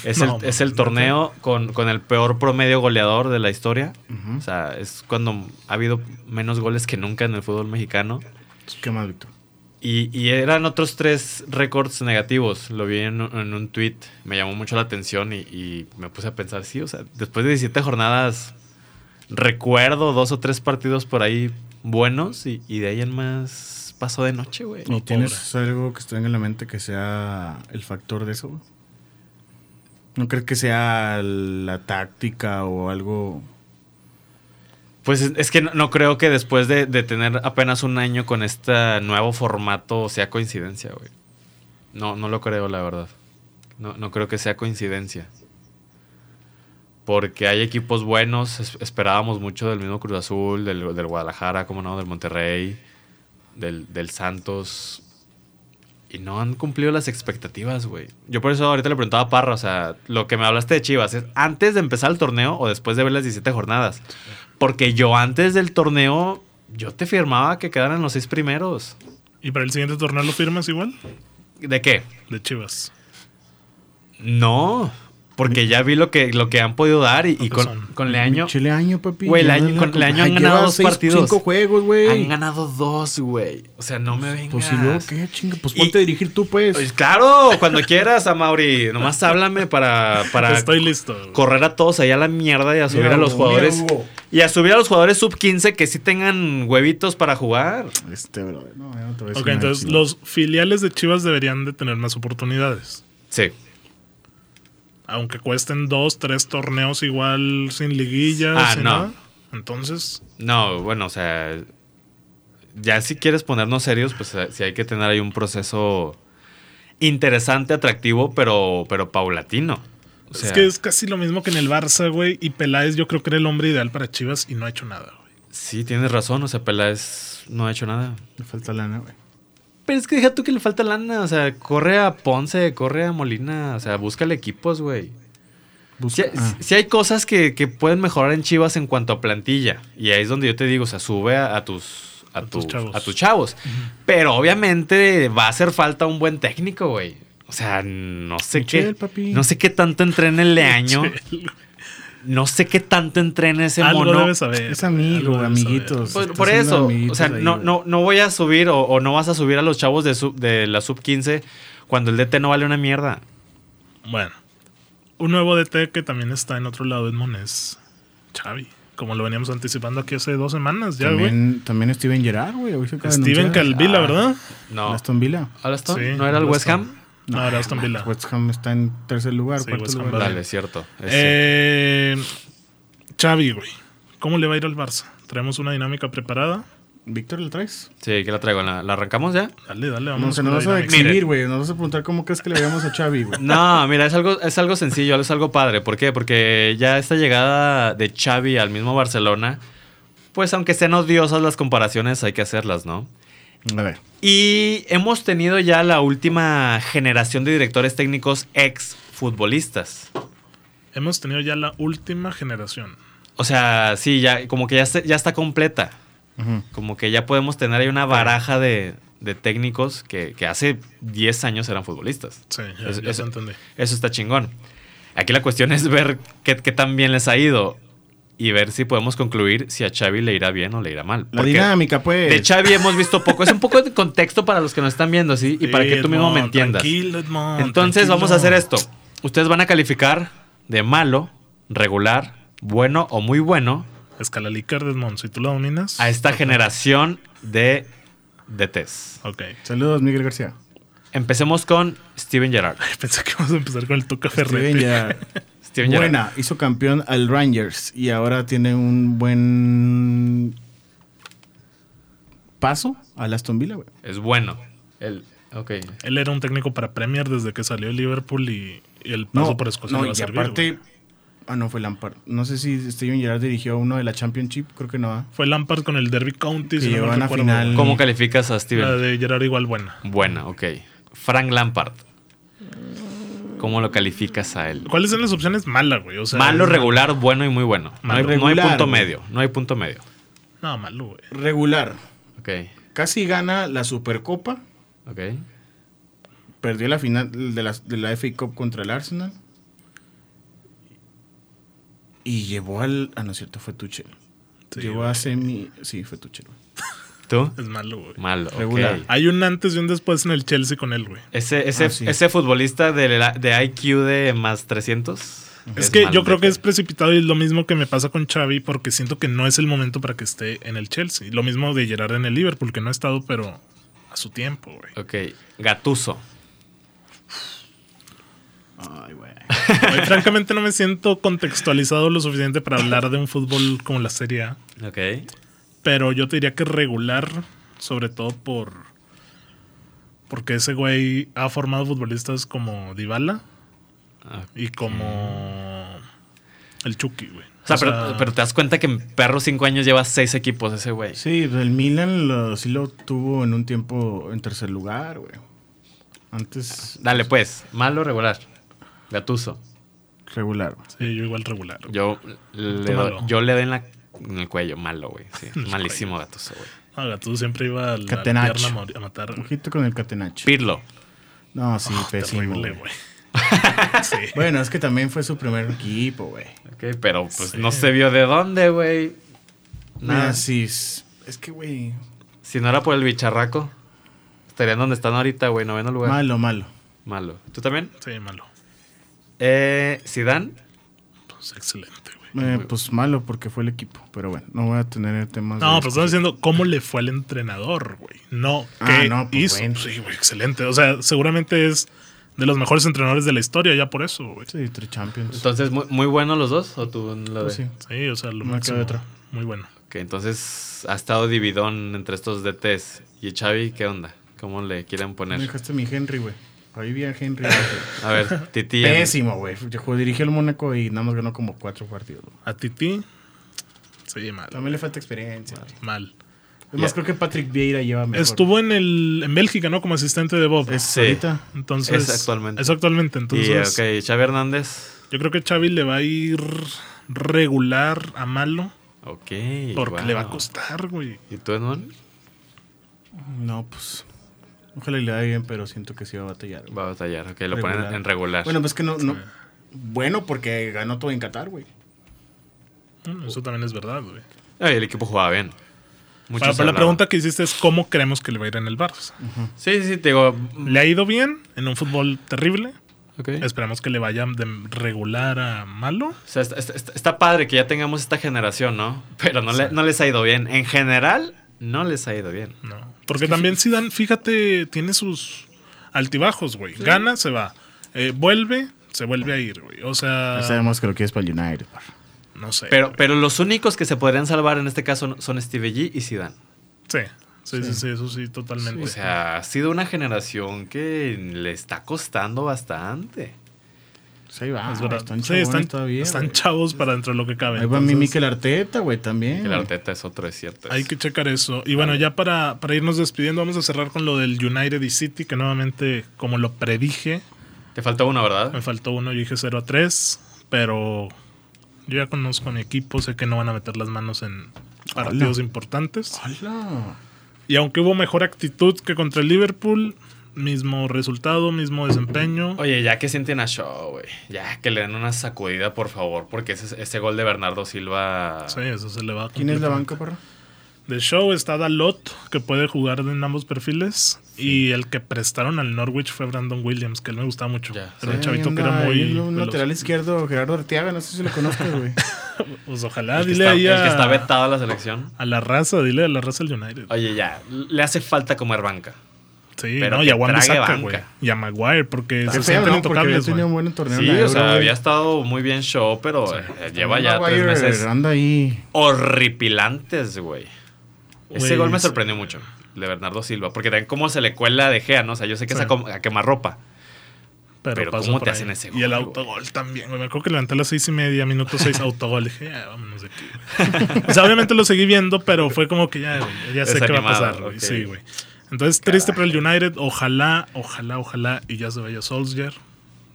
Es, No, el, es el torneo con, con el peor promedio goleador de la historia. O sea, es cuando ha habido menos goles que nunca en el fútbol mexicano. Qué mal, Víctor. Y, y eran otros tres récords negativos. Lo vi en, en un tweet. Me llamó mucho la atención y, y me puse a pensar, sí, o sea, después de 17 jornadas, recuerdo dos o tres partidos por ahí buenos y, y de ahí en más pasó de noche, güey. ¿Y tienes algo que esté en la mente que sea el factor de eso? güey? ¿No crees que sea la táctica o algo? Pues es- es que no, no creo que después de, de tener apenas un año con este nuevo formato sea coincidencia, güey. No, no lo creo, la verdad. No, no creo que sea coincidencia. Porque hay equipos buenos, es- esperábamos mucho del mismo Cruz Azul, del, del Guadalajara, como no, del Monterrey, del, del Santos. Y no han cumplido las expectativas, güey. Yo por eso ahorita le preguntaba a Parra, o sea, lo que me hablaste de Chivas, ¿es antes de empezar el torneo o después de ver las 17 jornadas? Porque yo antes del torneo, yo te firmaba que quedaran los seis primeros. ¿Y para el siguiente torneo lo firmas igual? ¿De qué? De Chivas. No, porque ya vi lo que, lo que han podido dar Ah, y, y con, con Leaño pues Chile año, papi. Güey, Ya Leaño- la con compa- Leaño han Lleva ganado dos partidos. Cinco juegos, han güey. ganado dos, güey. O sea, no me vengas. Pues si luego qué, chinga. Pues Y- ponte a dirigir tú, Pues pues. claro, cuando quieras, Amaury. Nomás háblame para, para Estoy listo. güey. correr a todos allá a la mierda y a subir a los jugadores. Y a subir a los jugadores sub 15 que sí tengan huevitos para jugar. Este, bro. No, ya no te voy a decir Ok, nada, entonces chingada. los filiales de Chivas deberían de tener más oportunidades. Sí. Aunque cuesten dos, tres torneos igual sin liguillas. Ah, sin no. nada. Entonces, No, bueno, o sea, ya si quieres ponernos serios, pues eh, sí hay que tener ahí un proceso interesante, atractivo, pero, pero paulatino. O sea, es que es casi lo mismo que en el Barça, güey. Y Peláez yo creo que era el hombre ideal para Chivas y no ha hecho nada, güey. sí, tienes razón, o sea, Peláez no ha hecho nada. Le falta lana, güey. Pero es que deja tú que le falta lana, o sea, corre a Ponce, corre a Molina, o sea, búscale equipos, güey. Si, Busca. ah. si hay cosas que, que pueden mejorar en Chivas en cuanto a plantilla. Y ahí es donde yo te digo, o sea, sube a, a tus, a, A tus tus chavos. a tus chavos. Pero obviamente va a hacer falta un buen técnico, güey. O O sea, no sé Michel, qué. papi. No sé qué tanto entrene el de año. No sé qué tanto entrene ese Algo mono. debes saber. Pues, Es amigo, algo debes amiguitos. Por, Está por haciendo eso, o amiguitos sea, ahí, no, güey. no, no voy a subir o, o no vas a subir a los chavos de, sub- de la sub 15 cuando el DT no vale una mierda. saber. Bueno, un nuevo DT que también está en otro lado, Edmond, es Xavi. Como lo veníamos anticipando aquí hace dos semanas ya, güey. También, también Steven Gerrard, güey. hoy se acaba de Steven anunciar. Calvila, ¿verdad? No. Ah, Aston Villa. ¿Alaston? Sí, ¿No era el West Alaston. Ham? Ah, No, era Aston Villa. West Ham está en tercer lugar, Sí, cuarto West Ham, lugar. Vale. Dale, cierto. Ese. Eh, Xavi, güey. ¿Cómo le va a ir al Barça? Traemos una dinámica preparada. ¿Víctor le traes? sí, que la traigo. ¿La, la arrancamos ya? Dale, dale, No, vamos. se nos vas a dinámica. exhibir, güey. Nos vas a preguntar cómo crees que le veamos a Xavi, güey. No, mira, es algo, es algo sencillo, es algo padre. ¿Por qué? Porque ya esta llegada de Xavi al mismo Barcelona, pues aunque sean odiosas las comparaciones, hay que hacerlas, ¿no? A ver. Y hemos tenido ya la última generación de directores técnicos ex futbolistas. Hemos tenido ya la última generación. O sea, sí, ya como que ya, se- ya está completa. Ujú. Como que ya podemos tener ahí una baraja de, de técnicos que, que hace 10 años eran futbolistas. Sí, ya, Eso- ya eso- te entendí. Eso está chingón. Aquí la cuestión es ver qué, qué tan bien les ha ido y ver si podemos concluir si a Xavi le irá bien o le irá mal. La Porque dinámica, pues. De Xavi hemos visto poco. Es un poco de contexto para los que nos están viendo, ¿sí? Y para que tú mismo Edmond, me entiendas. Tranquilo, Edmond, Entonces tranquilo. vamos a hacer esto. Ustedes van a calificar de malo, regular, bueno o muy bueno Escala Licker, Edmond. Si tú la dominas. a esta generación de DTs. Ok. Saludos, Miguel García. Empecemos con Steven Gerrard. Pensé que íbamos a empezar con el Tuca Steven Ferretti. Gerrard. Steven Gerrard. Buena, hizo campeón al Rangers y ahora tiene un buen paso al Aston Villa, güey. Es bueno. El, ok. Él era un técnico para Premier desde que salió de Liverpool y, y el paso por Escocia no, le va a y servir, aparte, güey. ah no fue Lampard. No sé si Steven Gerrard dirigió uno de la Championship, creo que no. ah. Fue Lampard con el Derby County. Que mal llegaron a recuerdo. final. ¿Cómo calificas Mm. a La Steven? de Gerard igual buena. Buena, ok. Frank Lampard. ¿Cómo lo calificas a él? ¿Cuáles son las opciones? Mala, güey. O sea, Malo, es- regular, bueno y muy bueno. No hay, Malo, no hay regular, punto güey. medio. No hay punto medio. No, malo, güey. Regular. Ok. Casi gana la Supercopa. Ok. Perdió la final de la, de la FA Cup contra el Arsenal. Y llevó al. Ah, no es cierto, fue Tuchel. Sí, llevó a semi. Sí, fue Tuchel. güey. ¿Tú? Es malo, güey. Malo. ok. Regular. Hay un antes y un después en el Chelsea con él, güey. Ese, ese, Ah, sí. ese futbolista de, la- de IQ de más 300. Es que mal yo creo que es DT. precipitado y es lo mismo que me pasa con Xavi porque siento que no es el momento para que esté en el Chelsea. Lo mismo de Gerard en el Liverpool, que no ha estado, pero a su tiempo, güey. Ok. Gatuso. Ay, güey. Güey, Francamente no me siento contextualizado lo suficiente para hablar de un fútbol como la Serie A, Ok. pero yo te diría que regular, sobre todo por... Porque ese güey ha formado futbolistas como Dybala Ah. y como el Chucky, güey. O sea, pero, pero te das cuenta que en perro cinco años lleva seis equipos ese güey. Sí, pues el Milan lo, sí lo tuvo en un tiempo en tercer lugar, güey. Antes Dale, pues. Malo, regular. Gatuso. regular. güey. Sí, yo igual regular. güey. Yo le, malo. doy- yo le doy en, la- en el cuello. Malo, güey. sí. Malísimo Gatuso, güey. Ah, Gattuso siempre iba a la Catenaccio. pierna a morir- a matar. güey. Ojito con el Catenacho. Pirlo. No, sí, pésimo. Terrible, Ah, güey. güey. sí. Bueno, es que también fue su primer equipo, güey. Ok, pero pues no se vio de dónde, güey. Nada. Nada, sí. Es es que, güey. Si no era por el bicharraco, estarían donde están ahorita, güey. Noveno lugar. Malo, malo. Malo. ¿Tú también? Sí, malo. Eh, Zidane. Pues excelente, güey. Eh, pues malo porque fue el equipo. Pero bueno, no voy a tener temas. No, de- pero estamos diciendo cómo le fue al entrenador, güey. No, Ah, ¿qué no, pues, hizo? bueno. Sí, güey, excelente. O sea, seguramente es de los mejores entrenadores de la historia ya por eso, güey. Sí, tres champions. Entonces, muy, muy buenos los dos. ¿O tú en la Pues de? sí. Pues Sí, o sea, lo Una que máximo. otra. Muy bueno. Ok, entonces ha estado dividón entre estos DTs. ¿Y Xavi qué onda? ¿Cómo le quieren Me poner? dejaste mi Henry, güey. Ahí vi a Henry. güey. A ver, Titi. en- Pésimo, güey. Yo dirigí el Mónaco y nada más ganó como cuatro partidos. güey. A Titi, sí, mal. También le falta experiencia. güey. Mal. Es más, creo que Patrick Vieira lleva mejor. Estuvo en el en Bélgica, ¿no? Como asistente de Bob. Es Sí. ahorita. entonces, Es actualmente. Es actualmente, entonces. Y ok, Xavi Hernández. Yo creo que Xavi le va a ir regular a malo Ok. porque le va a wow. costar, güey. ¿Y tú, Edmond? No, pues. Ojalá y le vaya bien, pero siento que sí va a batallar. güey. Va a batallar, ok, lo ponen en regular. Bueno, pues que no, no. Bueno, porque ganó todo en Qatar, güey. Mm, Eso también es verdad, güey. Ay, Ah, el equipo jugaba bien. Mucho Bueno, se pero la hablaba. pregunta que hiciste es cómo creemos que le va a ir en el Barça. Sí, sí, sí, te digo. Le ha ido bien en un fútbol terrible. ok. Esperamos que le vaya de regular a malo. O sea, está, está- está- está padre que ya tengamos esta generación, ¿no? Pero no, le- no les ha ido bien. En general, no les ha ido bien. No. Porque también Zidane, fíjate, tiene sus altibajos, güey. Gana, se va. Eh, vuelve, se vuelve a ir, güey. O sea, Ya sabemos que lo quieres para el United. par. no sé. Pero, pero los únicos que se podrían salvar en este caso son Steve G y Zidane. Sí, sí, sí, sí, eso sí, totalmente. O sea, ha sido una generación que le está costando bastante. Pues ahí va. Es verdad. Están Sí, chabones están, todavía. están güey. chavos para dentro de lo que cabe. Ahí va mi Entonces, Mikel Arteta, güey, también. Que el Arteta es otro, es cierto. Hay que checar eso. Y bueno, ya para, para irnos despidiendo, vamos a cerrar con lo del United y City, que nuevamente, como lo predije, Te falta uno, ¿verdad? me faltó uno, yo dije 0 a 3, pero yo ya conozco a mi equipo, sé que no van a meter las manos en partidos importantes. Hola. Y aunque hubo mejor actitud que contra el Liverpool, mismo resultado, mismo desempeño. Oye, ya que sienten a Shaw, güey. Ya que le den una sacudida, por favor, porque ese, ese gol de Bernardo Silva. Sí, eso se le va. ¿Quién es la completamente. banca, parra? De show está Dalot, que puede jugar en ambos perfiles. Y el que prestaron al Norwich fue Brandon Williams, que él me gustaba mucho. Ya, Era un Ahí chavito que era anda, muy. ahí Un veloz. lateral izquierdo, Gerardo Arteaga, no sé si lo conozcas, güey. Pues ojalá, El que, dile está, ahí el que está a, vetado a la selección. a la raza, dile a la raza del United. Oye, ya. Le hace falta comer banca. sí, pero no, y a que Wan trague Bissaka, banca. güey. Y a Maguire, porque Qué se feo, sienten ¿no? Porque intocables, había güey. tenido un buen torneo. Sí, en la o sea, Euro, güey. había estado muy bien show, pero eh, lleva ya tres Maguire meses Anda ahí. horripilantes, güey. Ese Güey, gol me sí. sorprendió mucho, el de Bernardo Silva, porque también cómo se le cuela de Gea, ¿no? O sea, yo sé que Sí. es a, com- a quemarropa. Pero, Pero pasó ¿cómo por te ahí. hacen ese Y el gol, autogol también, güey. Me acuerdo que levanté a las seis y media, minuto seis, autogol. Dije, ya, vámonos de aquí, güey. O sea, obviamente lo seguí viendo, pero fue como que ya, güey, ya sé qué va a Desanimado, pasar, güey. ok. Sí, güey. Entonces, triste para el United. Ojalá, ojalá, ojalá. Y ya se vaya Solskjaer.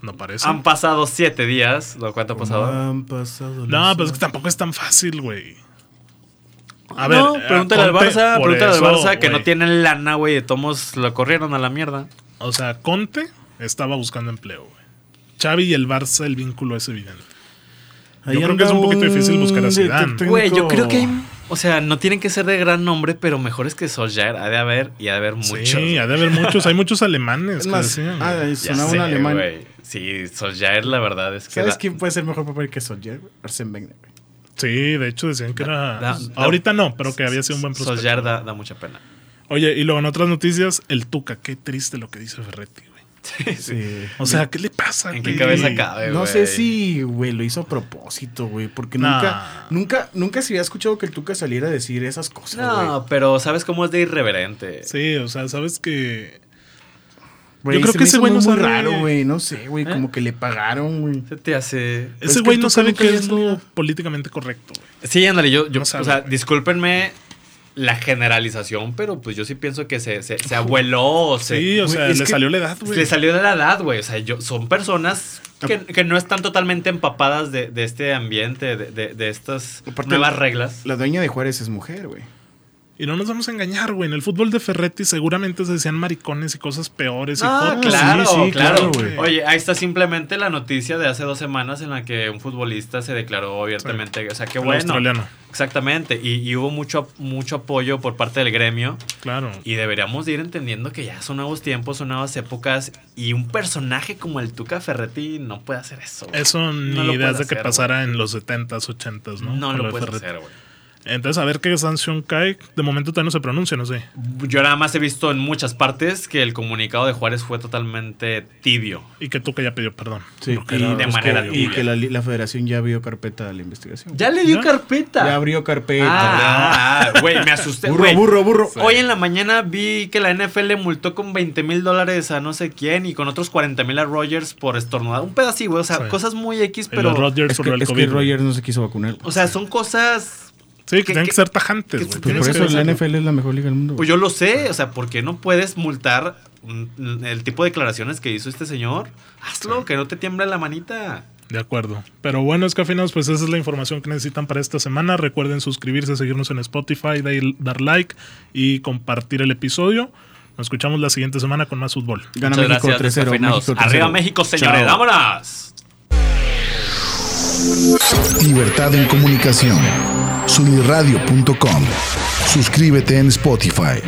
No parece. Han pasado siete días, ¿no? ¿Cuánto ha pasado? Han pasado no, los- pero es que tampoco es tan fácil, güey. A no, eh, pregúntale al Conte, Barça, por pregúntale al eso, Barça, que no güey. tienen lana, güey, de tomos lo corrieron a la mierda. O sea, Conte estaba buscando empleo, güey. Xavi y el Barça, el vínculo es evidente. Ahí Yo creo anda que es un poquito difícil buscar a Zidane. director Güey, yo técnico. creo que, hay- o sea, no tienen que ser de gran nombre, pero mejores que Solskjaer, ha de haber y ha de haber muchos. Sí, ha de haber muchos. Hay muchos alemanes. Es que más, decían, ah, güey. Ya sonaba sé, un alemán. güey. Sí, Solskjaer, la verdad es que. ¿Sabes da- quién puede ser mejor papel que Solskjaer? güey? Arsène Wenger. güey. Sí, de hecho decían que era. pues, da- ahorita no, pero que había sido un buen prospecto. Solskjaer da, da mucha pena. Oye, y luego en otras noticias, el Tuca. Qué triste lo que dice Ferretti, güey. Sí. O sea, ¿qué le pasa? ¿En qué güey? cabeza cabe, No güey? sé si, güey, lo hizo a propósito, güey, porque Nah. nunca, nunca, nunca se había escuchado que el Tuca saliera a decir esas cosas, güey. No, pero ¿sabes cómo es de irreverente? Sí, o sea, sabes que. Pues Güey, yo creo se que me ese hizo güey no muy sabe- raro, güey, no sé, güey, como que le pagaron, güey. Se te hace. Ese Pues es que güey el no Tuca sabe nunca qué había es lo salido. políticamente correcto, güey. Sí, ándale, yo. yo No sabe, o sea, güey. discúlpenme la generalización, pero pues yo sí pienso que se, se, se abueló. o se- Sí, o güey, sea, es le que- salió la edad, güey. Le salió de la edad, güey. O sea, yo, son personas que, que no están totalmente empapadas de, de este ambiente, de, de- de estas Aparte- nuevas reglas. La dueña de Juárez es mujer, güey. Y no nos vamos a engañar, güey. En el fútbol de Ferretti seguramente se decían maricones y cosas peores. y Ah, jotos. claro, Sí, sí, claro. claro, güey. Oye, ahí está simplemente la noticia de hace dos semanas en la que un futbolista se declaró abiertamente. O sea, qué El bueno. australiano. Exactamente. Y, y hubo mucho, mucho apoyo por parte del gremio. Claro. Y deberíamos de ir entendiendo que ya son nuevos tiempos, son nuevas épocas. Y un personaje como el Tuca Ferretti no puede hacer eso. güey. Eso ni No lo ideas puede de que hacer, pasara en los 70s, 80s, güey. ¿no? No Con lo de puedes Ferretti. hacer, güey. Entonces, a ver qué sanción cae. De momento todavía no se pronuncia, no sé. Yo nada más he visto en muchas partes que el comunicado de Juárez fue totalmente tibio. Y que tú que ya pidió perdón. Sí, Porque y era- de es que- manera Y tibia. que la, li- la federación ya abrió carpeta a la investigación. Ya le dio ¿Ya? carpeta. Ya abrió carpeta. Ah, ah, güey, me asusté. Burro, güey. burro, burro. Hoy en la mañana vi que la NFL multó con 20 mil dólares a no sé quién y con otros 40 mil a Rogers por estornudar. Un pedacito, güey. O sea, Sí. cosas muy X, y los pero. Rodgers Es por que, el es que COVID. güey. Rogers no se quiso vacunar. güey. O sea, son cosas. sí, que, que- tienen que, que- ser tajantes, que- güey. pues Pues Tienes por que eso la decirlo. NFL es la mejor liga del mundo. Pues güey. yo lo sé. O sea, ¿por qué no puedes multar mm, el tipo de declaraciones que hizo este señor? Hazlo, que no te tiembla la manita. De acuerdo. Pero bueno, escafinos, pues esa es la información que necesitan para esta semana. Recuerden suscribirse, seguirnos en Spotify, dar- dar like y compartir el episodio. Nos escuchamos la siguiente semana con más fútbol. Gana Muchas México gracias, 3-0. descafeinados. México 3-0. Arriba México, señores. Chao. ¡Vámonos! Libertad en comunicación. Sunirradio.com. Suscríbete en Spotify.